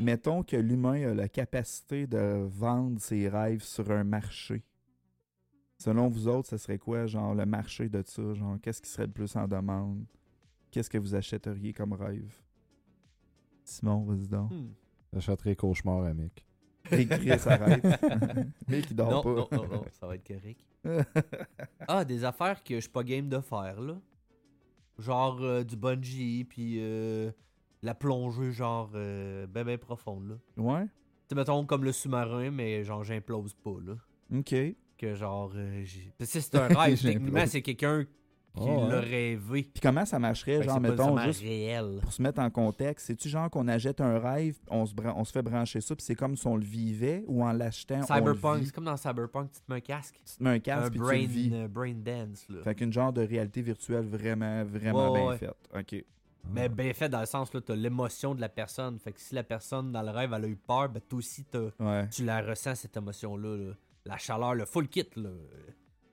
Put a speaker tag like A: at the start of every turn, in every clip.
A: mettons que l'humain a la capacité de vendre ses rêves sur un marché. Selon vous autres, ce serait quoi, genre, le marché de ça? Genre, qu'est-ce qui serait le plus en demande? Qu'est-ce que vous achèteriez comme rêve? Simon, vas-y donc.
B: Hmm.
C: J'achèterais Cauchemar à Mick.
A: Et Chris, arrête. Mais qui
B: Non,
A: dort
B: non,
A: pas.
B: non, non, ça va être correct. Ah, des affaires que je suis pas game de faire, là. Genre euh, du bungee, puis euh, la plongée, genre, euh, ben ben profonde, là.
A: ouais?
B: Tu sais, mettons comme le sous-marin, mais genre, j'implose pas, là.
A: OK.
B: Que genre, euh, j'ai- Parce que c'est un rêve, techniquement,
C: J'implose.
B: c'est quelqu'un qui
C: Oh,
B: l'a
C: hein.
B: rêvé.
A: Puis comment ça marcherait,
B: Fait que
A: genre,
B: c'est pas
A: mettons,
B: nécessairement
A: juste
B: réel.
A: pour se mettre en contexte, c'est-tu genre qu'on achète un rêve, on se, bran- on se fait brancher ça, puis c'est comme si on le vivait, ou en l'achetant, on le
B: Cyberpunk,
A: vit?
B: c'est comme dans Cyberpunk, tu te mets un casque.
A: tu te mets un
B: un
A: casque, puis tu le
B: brain,
A: vis.
B: euh, brain dance, là.
A: Fait qu'une genre de réalité virtuelle vraiment, vraiment
B: Ouais,
A: bien
B: ouais.
A: faite. OK.
B: Mais bien fait dans le sens, là, t'as l'émotion de la personne. Fait que si la personne dans le rêve, elle a eu peur, ben toi aussi, t'as-
A: Ouais.
B: tu la ressens, cette émotion-là. là. La chaleur, le full kit, là.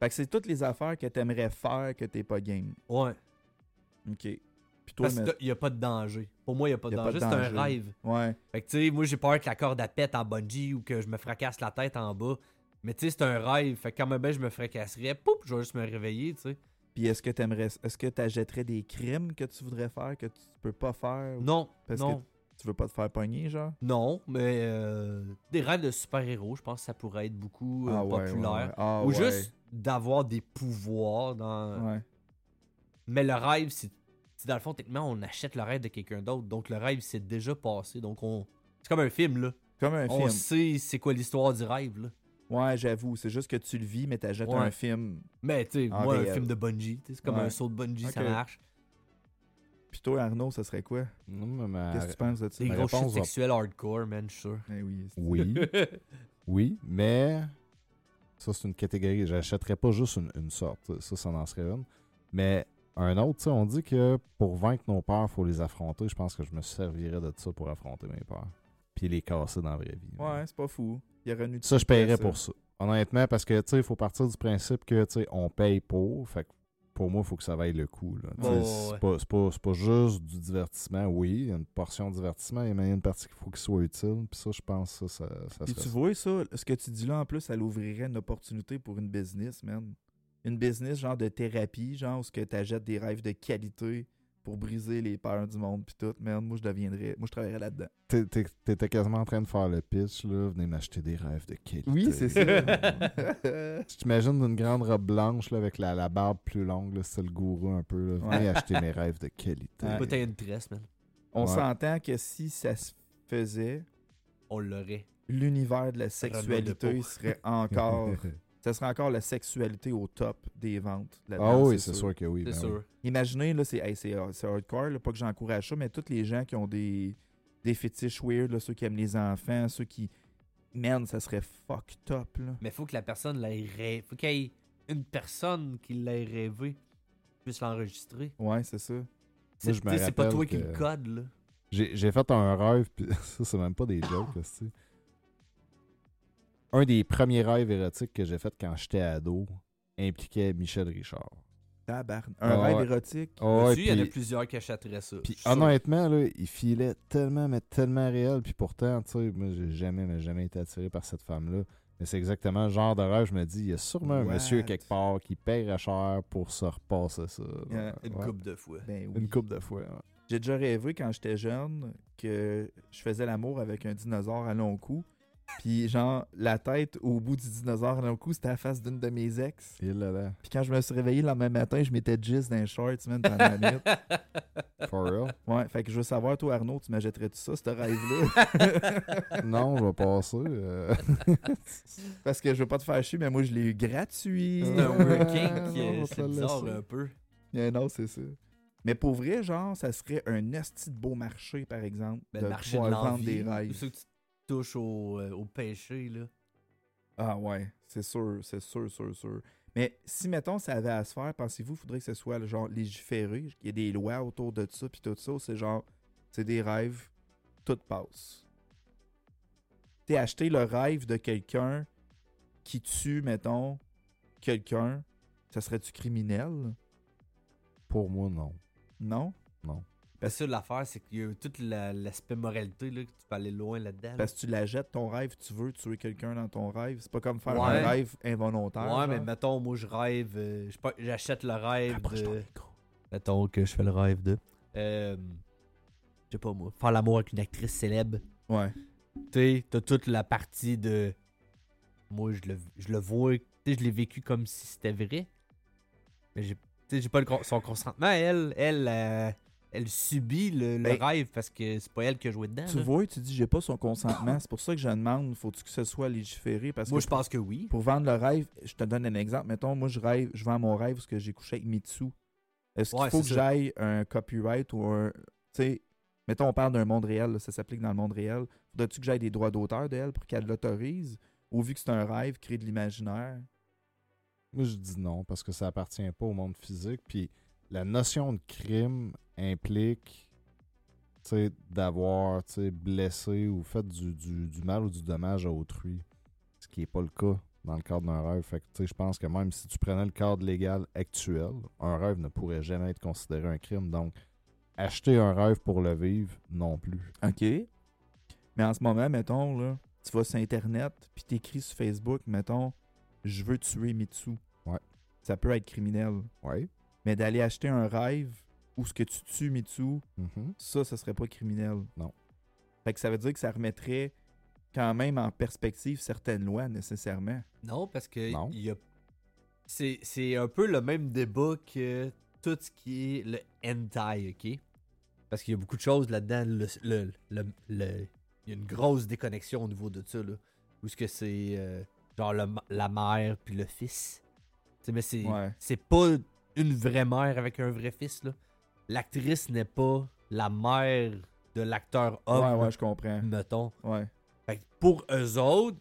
A: Fait que c'est toutes les affaires que t'aimerais faire que t'es pas game.
B: Ouais.
A: OK. Puis toi,
B: Parce
A: mais-
B: qu'il n'y a pas de danger. Pour moi, il n'y a pas de
A: Y a pas
B: danger.
A: de
B: C'est un
A: danger.
B: rêve.
A: Ouais.
B: Fait que, tu sais, moi, j'ai peur que la corde à pète en bungee ou que je me fracasse la tête en bas. Mais, tu sais, c'est un rêve. Fait que quand même, ben, je me fracasserais, pouf, je vais juste me réveiller, tu sais.
A: Puis est-ce que t'aimerais... Est-ce que t'achèterais des crimes que tu voudrais faire, que tu peux pas faire, ou
B: Non,
A: Parce
B: non,
A: tu veux pas te faire pogner, genre?
B: non. Mais euh, des rêves de super-héros, je pense que ça pourrait être beaucoup euh,
A: Ah ouais, ouais,
B: populaire.
A: ouais. Ah
B: ou
A: ouais.
B: juste euh, d'avoir des pouvoirs dans...
A: Ouais.
B: Mais le rêve, c'est. c'est Dans le fond, techniquement, on achète le rêve de quelqu'un d'autre. Donc le rêve, c'est déjà passé. Donc on. C'est comme un film, là.
A: Comme un
B: on
A: film.
B: sait c'est quoi l'histoire du rêve, là.
A: Ouais, j'avoue. C'est juste que tu le vis, mais t'achètes
B: Ouais.
A: un film.
B: Mais, tu sais,
A: En
C: Ah,
B: moi,
A: réel.
B: un
C: euh,
B: film de Bungie, tu sais, c'est comme
A: Ouais.
B: un saut de Bungie, ça
A: Ok.
B: marche.
A: Puis toi, Arnaud, ça serait quoi?
C: Non, mais ma-
A: Qu'est-ce que tu penses de ça?
B: Des
C: Ma
B: gros chutes
C: réponse va-
B: sexuels hardcore, man, je suis sûr.
A: Eh oui. c'est-
C: Oui, oui, mais ça, c'est une catégorie. J'achèterais pas juste une, une sorte. Ça, ça en serait une. Mais un autre, tu sais, on dit que pour vaincre nos peurs, faut les affronter. Je pense que je me servirais de ça pour affronter mes peurs. Puis les casser dans la vraie vie.
A: Ouais, c'est pas fou. Il y aurait une
C: Ça, je paierais
A: ça.
C: pour ça. Honnêtement, parce que, tu sais, il faut partir du principe que, tu sais, on paye pour. Fait que pour moi, il faut que ça vaille le coup. là. Tu sais,
B: Ouais, ouais,
C: c'est
B: ouais.
C: pas, c'est pas- c'est pas juste du divertissement. Oui, il y a une portion de divertissement, mais il y a une partie qu'il faut qu'il soit utile. Puis ça, je pense que ça, ça, ça
A: Puis
C: serait
A: tu
C: ça.
A: vois ça, ce que tu dis là en plus, elle ouvrirait une opportunité pour une business, man. Une business genre de thérapie, genre où ce que t'achètes des rêves de qualité pour briser les peurs du monde puis tout, man. Moi je deviendrais, moi je travaillerais là-dedans.
C: T'es- t'es- T'étais quasiment en train de faire le pitch, là. Venez m'acheter des rêves de qualité. Je t'imagine d'une grande robe blanche, là, avec la, la barbe plus longue, là, c'est le gourou un peu, là. Venez
A: Ouais.
C: acheter mes rêves de qualité.
A: Ouais.
B: Toi, t'as une tresse, man.
A: On
C: Ouais.
A: s'entend que si ça se faisait,
B: On l'aurait.
A: l'univers de la
B: Renaud
A: sexualité
B: Depau.
A: serait encore, ça serait encore la sexualité au top des ventes.
C: Ah
A: là-dedans,
C: oui, c'est sûr que oui.
B: C'est
C: ben oui.
B: sûr.
A: Imaginez, là, c'est hey, c'est- c'est hardcore, là, pas que j'encourage ça, mais tous les gens qui ont des, des fétiches weird, là, ceux qui aiment les enfants, ceux qui. Man, ça serait fucked up, là.
B: Mais faut que la personne l'ait rêvé. Faut qu'il y ait une personne qui l'ait rêvé, puisse l'enregistrer.
A: Ouais, c'est ça.
B: C'est
C: je me
B: t'sais, c'est pas
C: rappelle
B: toi qui
C: que-
B: le code, là.
C: J'ai j'ai fait un rêve, puis ça, c'est même pas des jokes, là, c'est- Un des premiers rêves érotiques que j'ai fait quand j'étais ado impliquait Michel Richard.
A: Tabarn. Un
C: Ah
A: rêve
C: ouais.
A: érotique.
C: Ah ouais,
B: Là-dessus, il y en a
C: puis-
B: plusieurs qui achèteraient ça.
C: Puis
B: je suis sûr.
C: honnêtement, là, il filait tellement, mais tellement réel. Puis pourtant, tu sais, moi, j'ai jamais, mais jamais été attiré par cette femme-là. Mais c'est exactement le genre de rêve, je me dis, il y a sûrement un
A: What?
C: monsieur quelque part qui paierait cher pour se repasser ça.
A: Yeah,
B: Une
C: Ouais.
B: coupe de fois.
A: Euh, Ben oui.
C: Une coupe de fois. ouais.
A: J'ai déjà rêvé quand j'étais jeune que je faisais l'amour avec un dinosaure à long cou. Puis, genre, la tête au bout du dinosaure à long cou, c'était la face d'une de mes ex.
C: Il là là.
A: Puis, quand je me suis réveillé le lendemain matin, je m'étais jizz dans les shorts, man, pendant la nuit.
C: For real?
A: Ouais, fait que je veux savoir, toi, Arnaud, tu m'achèterais-tu ça, ce rêve-là?
C: non, je vais passer. euh.
A: Parce que je veux pas te faire chier, mais moi je l'ai eu gratuit.
B: C'est
C: Euh,
B: un working qui
C: non, on
B: est-
C: va
B: c'est
C: te
B: bizarre
C: laisser.
B: un peu.
A: Euh, non, c'est ça. Mais pour vrai, genre, ça serait un esti de beau marché, par exemple.
B: Ben,
A: de
B: le marché de
A: pouvoir vendre
B: l'envie.
A: des
B: Tous
A: rêves.
B: ceux que tu touches au, euh, au péché, là.
A: Ah ouais, c'est sûr, c'est sûr, sûr, sûr. Mais si, mettons, ça avait à se faire, pensez-vous, faudrait que ce soit le genre légiféré, qu'il y ait des lois autour de ça, puis tout ça, ou c'est genre, c'est des rêves, tout passe. T'es acheté le rêve de quelqu'un qui tue, mettons, quelqu'un, ça serait-tu criminel?
C: Pour moi, non.
A: Non?
C: Non.
B: Parce que l'affaire, c'est qu'il y a tout la- l'aspect moralité, là, que tu peux aller loin là-dedans.
A: Parce que tu la jettes, ton rêve, tu veux tuer quelqu'un dans ton rêve. C'est pas comme faire
B: Ouais.
A: un rêve involontaire.
B: là.
A: genre.
B: ouais, mais mettons, moi, je rêve. euh, je pas- J'achète le rêve
A: Approche ton
B: de.
A: micro.
B: Mettons que je fais le rêve de. Euh, je sais pas moi. Faire l'amour avec une actrice célèbre.
A: Ouais.
B: tu sais, t'as toute la partie de. Moi, je le, je le vois, tu sais, je l'ai vécu comme si c'était vrai. Mais j'ai, tu sais, j'ai pas le con- son consentement. Elle, elle, euh, elle subit le, le
A: Ben,
B: rêve parce que c'est pas elle qui a joué dedans.
A: Tu
B: là.
A: vois, tu dis, j'ai pas son consentement. C'est pour ça que je demande, faut-tu que ce soit légiféré? Parce
B: Moi,
A: que
B: je pense que oui.
A: pour vendre le rêve, je te donne un exemple. Mettons, moi, je rêve, je vends mon rêve parce que j'ai couché avec Mitsu. Est-ce qu'il
B: Ouais,
A: faut
B: c'est
A: que
B: ça.
A: j'aille un copyright ou un. Tu sais, mettons, on parle d'un monde réel, là, ça s'applique dans le monde réel. Faudrait-tu que j'aille des droits d'auteur de elle pour qu'elle l'autorise? Ou vu que c'est un rêve, créer de l'imaginaire?
C: Moi, je dis non parce que ça appartient pas au monde physique. Puis la notion de crime implique tu sais, d'avoir tu sais, blessé ou fait du, du- du mal ou du dommage à autrui. Ce qui n'est pas le cas dans le cadre d'un rêve. Fait que, tu sais, je pense que même si tu prenais le cadre légal actuel, un rêve ne pourrait jamais être considéré un crime. Donc, acheter un rêve pour le vivre, non plus.
A: OK. Mais en ce moment, mettons, là, tu vas sur Internet, puis t'écris sur Facebook, mettons, je veux tuer Mitsu.
C: Ouais.
A: Ça peut être criminel.
C: Oui.
A: Mais d'aller acheter un rêve où ce que tu tues Mitsu,
C: Mhm.
A: ça, ça serait pas criminel.
C: Non.
A: Fait que ça veut dire que ça remettrait quand même en perspective certaines lois nécessairement.
B: Non, parce que
C: Non.
B: il y a- c'est, c'est un peu le même débat que tout ce qui est le hentai, ok? Parce qu'il y a beaucoup de choses là-dedans. le- le- le- le- il y a une grosse déconnexion au niveau de ça, là. Où ce que c'est euh, genre le ma- la mère puis le fils. Tu sais, mais c'est,
A: Ouais.
B: c'est pas une vraie mère avec un vrai fils, là. L'actrice n'est pas la mère de l'acteur homme,
A: ouais, ouais, je comprends.
B: mettons.
A: Ouais.
B: Fait que pour eux autres,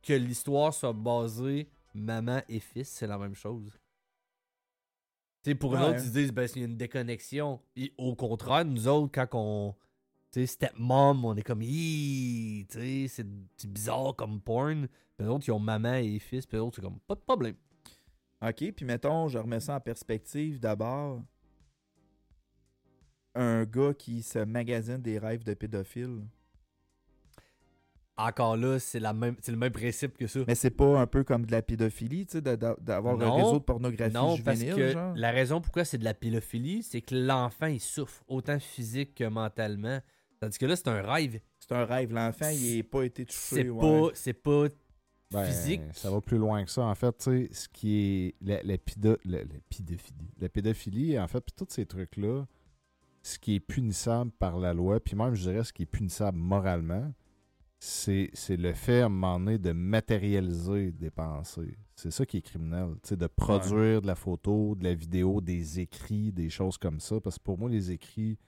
B: que l'histoire soit basée maman et fils, c'est la même chose. Tu sais, pour eux
A: Ouais.
B: autres, ils se disent, ben, c'est une déconnexion. Et au contraire, nous autres, quand on. Tu sais, step-mom, on est comme, Hi, tu sais, c'est c'est bizarre comme porn. Puis eux autres, ils ont maman et fils, puis eux autres, c'est comme, pas de problème.
A: OK, puis mettons, je remets ça en perspective d'abord. Un gars qui se magasine des rêves de pédophile.
B: Encore là, c'est la même- c'est le même principe que ça.
A: Mais c'est pas un peu comme de la pédophilie, tu sais, de- de- d'avoir un
B: Non.
A: réseau de pornographie
B: Non, parce
A: juvénile,
B: que
A: genre?
B: la raison pourquoi c'est de la pédophilie, c'est que l'enfant, il souffre, autant physique que mentalement. Tandis que là, c'est un rêve.
A: C'est un rêve. L'enfant, il n'a pas été touché.
B: C'est
A: ouais.
B: pas, c'est pas
C: Ben,
B: physique.
C: Ça va plus loin que ça. En fait, tu sais, ce qui est. La, la pido- la- la pédophilie. La pédophilie, en fait, puis tous ces trucs-là, ce qui est punissable par la loi, puis même, je dirais, ce qui est punissable moralement, c'est c'est le fait, à un moment donné, de matérialiser des pensées. C'est ça qui est criminel. Tu sais, de produire de la photo, de la vidéo, des écrits, des choses comme ça. Parce que pour moi, les écrits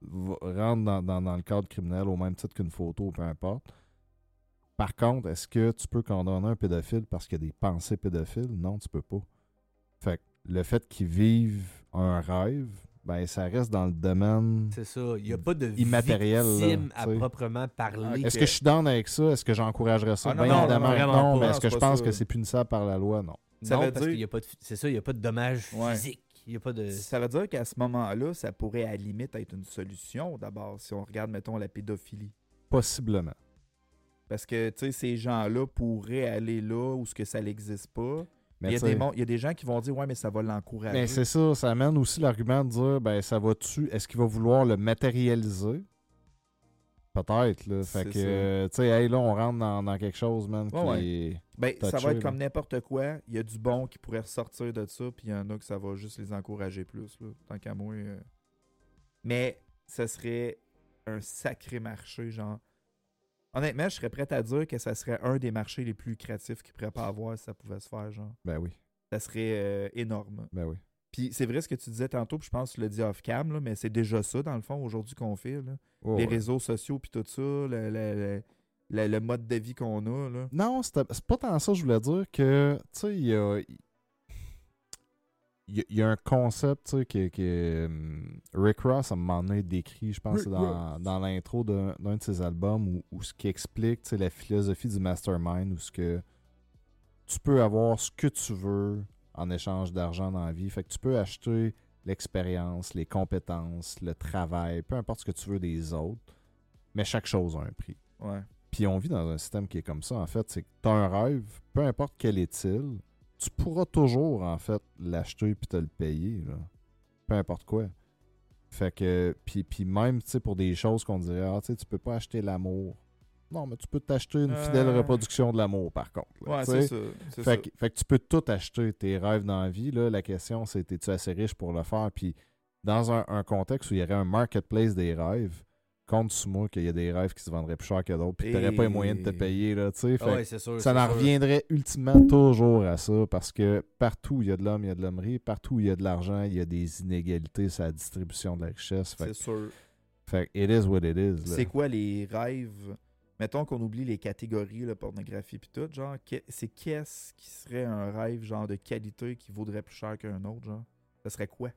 C: va- rentrent dans, dans- dans le cadre criminel au même titre qu'une photo, peu importe. Par contre, est-ce que tu peux condamner un pédophile parce qu'il a des pensées pédophiles? Non, tu peux pas. Fait que le fait qu'il vive un rêve, ben ça reste dans le domaine.
B: C'est ça. Il n'y a pas de
C: Immatériel, là,
B: victime à
C: tu sais.
B: proprement parler.
A: Ah,
C: Est-ce que je suis down avec ça? Est-ce que j'encouragerais ça?
A: Ah, non,
C: Bien
A: non, non,
C: évidemment que
B: vraiment
C: non,
B: pas.
C: mais
A: Non,
C: est-ce que
A: c'est
C: je
A: pas
C: pense
A: ça.
C: que c'est punissable par la loi? Non.
A: Ça
B: non,
A: veut
B: parce
A: dire-
B: qu'il y a pas de, c'est ça, il n'y a pas de dommage
A: Ouais.
B: physique. Il n'y a pas
C: Euh,
B: de.
A: Ça veut dire qu'à ce moment-là, ça pourrait à la limite être une solution d'abord, si on regarde, mettons, la pédophilie.
C: Possiblement.
A: Parce que, tu sais, ces gens-là pourraient aller là où ce que ça n'existe pas. Il y, a
C: tu sais,
A: des mon- il y a des gens qui vont dire, ouais, mais ça va l'encourager.
C: mais c'est ça, ça amène aussi l'argument de dire ben ça va tu est-ce qu'il va vouloir le matérialiser? Peut-être, là.
A: C'est
C: Fait que
A: ça.
C: euh, tu sais, hey, là, on rentre dans, dans quelque chose, man, qui
A: Ouais, ouais.
C: est-
A: Ben, ça
C: touché,
A: va être
C: là.
A: comme n'importe quoi. Il y a du bon qui pourrait ressortir de ça, puis il y en a que ça va juste les encourager plus, là, tant qu'à moi. euh. Mais ça serait un sacré marché, genre. Honnêtement, je serais prêt à dire que ça serait un des marchés les plus lucratifs qu'ils pourraient pas avoir si ça pouvait se faire, genre.
C: Ben oui,
A: Ça serait euh, énorme.
C: ben oui.
A: Puis c'est vrai ce que tu disais tantôt, puis je pense que tu l'as dit off-cam, là, mais c'est déjà ça, dans le fond, aujourd'hui qu'on fait. là.
C: Oh,
A: Les
C: ouais.
A: réseaux sociaux, puis tout ça, le, le- le- le- le mode de vie qu'on a, là.
C: Non, c'était- c'est pas tant ça, je voulais dire que, tu sais, il y a. Il y a- il y a un concept tu sais, que, que, hum, Rick Ross, à un moment donné, décrit, je pense,
A: Rick
C: c'est dans, dans l'intro d'un d'un de ses albums, où, où ce qui explique tu sais, la philosophie du mastermind, où ce que tu peux avoir ce que tu veux en échange d'argent dans la vie. Fait que tu peux acheter l'expérience, les compétences, le travail, peu importe ce que tu veux des autres, mais chaque chose a un prix.
A: Ouais.
C: Puis on vit dans un système qui est comme ça, en fait. C'est que tu as un rêve, peu importe quel est-il, tu pourras toujours, en fait, l'acheter puis te le payer. là. Peu importe quoi. Fait que, puis, puis même, tu sais, pour des choses qu'on dirait, ah, tu sais, tu peux pas acheter l'amour. Non, mais tu peux t'acheter une fidèle
A: Euh.
C: reproduction de l'amour, par contre. là,
A: Ouais,
C: tu
A: c'est
C: sais.
A: ça. c'est
C: Fait
A: ça.
C: que, fait que tu peux tout acheter, tes rêves dans la vie. Là, la question, c'est es-tu assez riche pour le faire? Puis dans un, un contexte où il y aurait un marketplace des rêves, compte sur moi qu'il y a des rêves qui se vendraient plus cher que d'autres, puis que t'aurais pas les moyens de te
A: Et-
C: payer. Là, tu sais.
B: Ah
C: Fait que
B: ouais, c'est sûr.
C: ça
B: c'est
C: en
B: sûr.
C: reviendrait ultimement toujours à ça, parce que partout où il y a de l'homme, il y a de l'hommerie, partout où il y a de l'argent, il y a des inégalités sur la distribution de la richesse. Fait,
A: C'est sûr.
C: que- fait que it is what it is. là.
A: C'est quoi les rêves Mettons qu'on oublie les catégories, la pornographie puis tout, genre, que- c'est qu'est-ce qui serait un rêve, genre, de qualité qui vaudrait plus cher qu'un autre, genre Ça serait quoi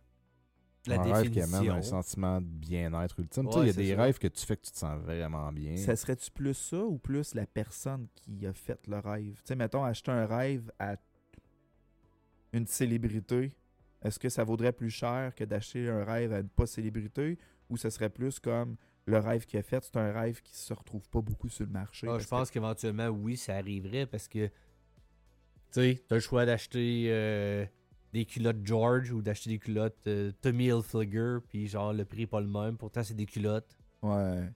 B: La
C: un rêve qui amène un
B: définition.
C: sentiment de bien-être ultime. Tu sais,
B: Ouais,
C: il y a
B: c'est
C: des
B: ça.
C: rêves que tu fais que tu te sens vraiment bien.
A: Ça serait-tu plus ça ou plus la personne qui a fait le rêve Tu sais, mettons, acheter un rêve à une célébrité, est-ce que ça vaudrait plus cher que d'acheter un rêve à une pas célébrité ou ça serait plus comme le rêve qu'il a fait, c'est un rêve qui se retrouve pas beaucoup sur le marché
B: Ah,
A: parce
B: je pense qu'éventuellement, oui, ça arriverait parce que. Tu sais, t'as le choix d'acheter euh, des culottes George ou d'acheter des culottes euh, Tommy Hilfiger, puis genre le prix est pas le même. Pourtant, c'est des culottes.
A: que- Ouais.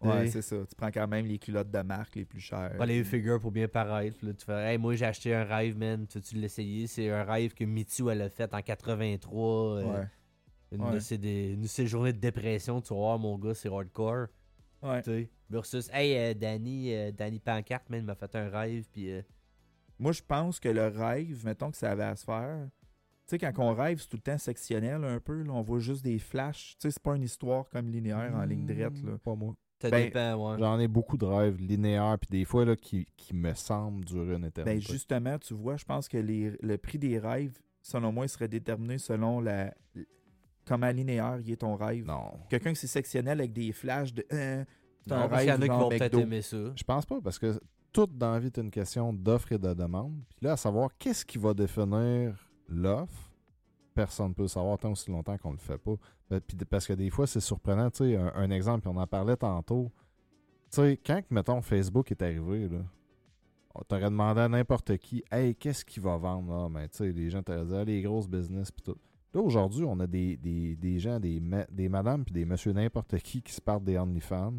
A: Ouais,
B: Ouais.
A: c'est ça. Tu prends quand même les culottes de marque les plus chères.
B: Pas Ah, les Hilfiger pour bien paraître. Là, tu fais, hey, moi j'ai acheté un rêve, man. Veux-tu l'essayer? C'est un rêve que Mitsu elle a fait en 83. euh,
A: Ouais.
B: Une,
A: Ouais.
B: de ses dé- une de ses journées de dépression, tu vas voir, mon gars, c'est hardcore.
A: Ouais.
B: tu sais. Versus, hey, euh, Danny, euh, Danny Pancarte, man, il m'a fait un rêve, puis. euh,
A: Moi, je pense que le rêve, mettons que ça avait à se faire. Tu sais, quand on rêve, c'est tout le temps sectionnel un peu. là. on voit juste des flashs. Tu sais, c'est pas une histoire comme linéaire en ligne droite.
B: Mmh.
A: Là.
C: Pas moi.
B: ça
A: Ben,
B: dépend, ouais.
C: J'en ai beaucoup de rêves linéaires, puis des fois là, qui, qui me semblent durer une éternité.
A: Ben, justement, tu vois, je pense que les- le prix des rêves, selon moi, il serait déterminé selon la comment linéaire il est ton rêve.
C: Non.
A: Quelqu'un qui c'est sectionnel avec des flashs de Hein, c'est
B: Non,
A: un
B: parce qu'il y en a
A: rêve
B: qui
A: genre
B: vont peut-être
A: McDo.
B: aimer ça.
C: Je pense pas, parce que toute dans la vie est une question d'offre et de demande. Puis là, à savoir qu'est-ce qui va définir l'offre, personne ne peut le savoir tant aussi longtemps qu'on le fait pas. Ben, puis de- parce que des fois, c'est surprenant. Tu sais, un, un exemple, puis on en parlait tantôt. Tu sais, quand, que, mettons, Facebook est arrivé, là, on t'aurait demandé à n'importe qui, hey, qu'est-ce qu'il va vendre, là? Ben, tu sais, les gens t'auraient dit, Ah, les grosses business, puis tout. Là, aujourd'hui, on a des, des- des gens, des, ma- des madames, puis des messieurs n'importe qui qui se partent des OnlyFans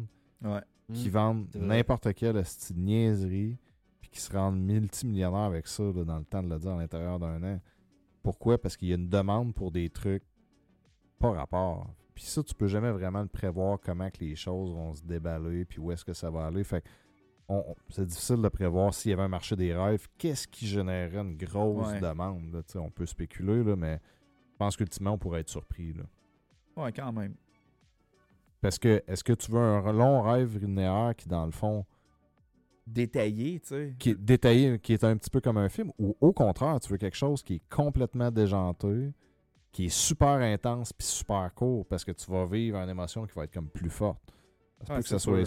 A: Ouais.
C: qui
B: Mm.
C: vendent
B: c'est vrai.
C: n'importe quelle hostie de niaiserie, puis qui se rendent multimillionnaires avec ça là, dans le temps de le dire à l'intérieur d'un an. Pourquoi? Parce qu'il y a une demande pour des trucs pas rapport. Puis ça, tu peux jamais vraiment le prévoir comment que les choses vont se déballer, puis où est-ce que ça va aller. Fait que on- on- c'est difficile de prévoir s'il y avait un marché des rêves, qu'est-ce qui générerait une grosse
A: Ouais.
C: demande. là. Tu sais, on peut spéculer, là, mais je pense qu'ultimement, on pourrait être surpris. là.
A: Ouais, quand même.
C: Parce que est-ce que tu veux un long rêve linéaire qui, dans le fond,
A: Détaillé, tu sais.
C: qui est détaillé, qui est un petit peu comme un film, ou au contraire, tu veux quelque chose qui est complètement déjanté, qui est super intense puis super court, parce que tu vas vivre une émotion qui va être comme plus forte. Ça se peut
A: Ouais,
C: que ça
A: Ah, c'est
C: soit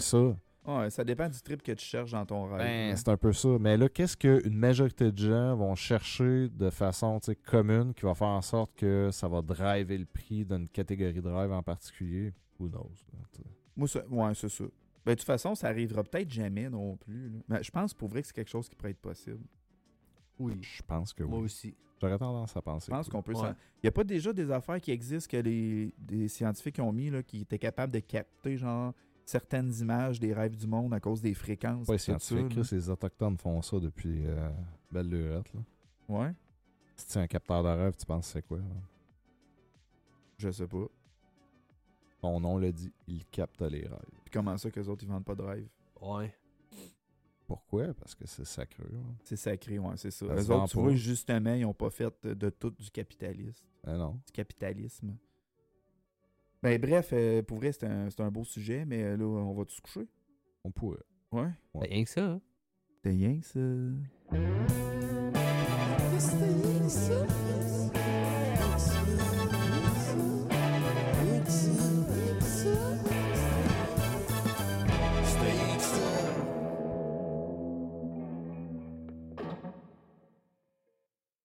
C: ça.
A: Ouais, ça dépend du trip que tu cherches dans ton rêve.
C: Ben,
A: là.
C: c'est un peu ça. Mais là, qu'est-ce qu'une majorité de gens vont chercher de façon tu sais, commune qui va faire en sorte que ça va driver le prix d'une catégorie de rêve en particulier? Who knows? là, tu sais.
A: Moi, ça- ouais, c'est ça. Ben, de toute façon, ça arrivera peut-être jamais non plus. là. Mais je pense pour vrai que c'est quelque chose qui pourrait être possible.
B: Oui.
C: Je pense que
B: Moi
C: oui.
B: aussi.
C: J'aurais tendance à penser.
A: Je pense
C: que
A: qu'on peut.
B: Ouais.
A: s'en- Il n'y a pas déjà des affaires qui existent que les des scientifiques ont mis là, qui étaient capables de capter genre certaines images des rêves du monde à cause des fréquences.
C: oui. Pas
A: pis tout ça,
C: scientifique.
A: là.
C: Chris, les Autochtones font ça depuis euh, belle lurette. là.
A: Ouais,
C: Si tu as un capteur de rêve, tu penses que c'est quoi? hein?
A: je sais pas.
C: Ton nom le dit, il capte les rêves.
A: Puis comment ça que les autres ils vendent pas de rêve
B: Ouais.
C: Pourquoi? Parce que c'est sacré. hein.
A: C'est sacré, ouais, c'est ça.
C: Ça se
A: les
C: vend
A: autres, tu
C: pas.
A: vois, justement, ils ont pas fait de, de tout du capitalisme,
C: Ah non.
A: du capitalisme. Ben bref, euh, pour vrai, c'est un, c'est un beau sujet, mais euh, là, on va se coucher.
C: On pourrait.
A: Ouais.
C: Ouais.
B: rien que ça. hein.
A: T'es rien que ça.
D: This thing is serious.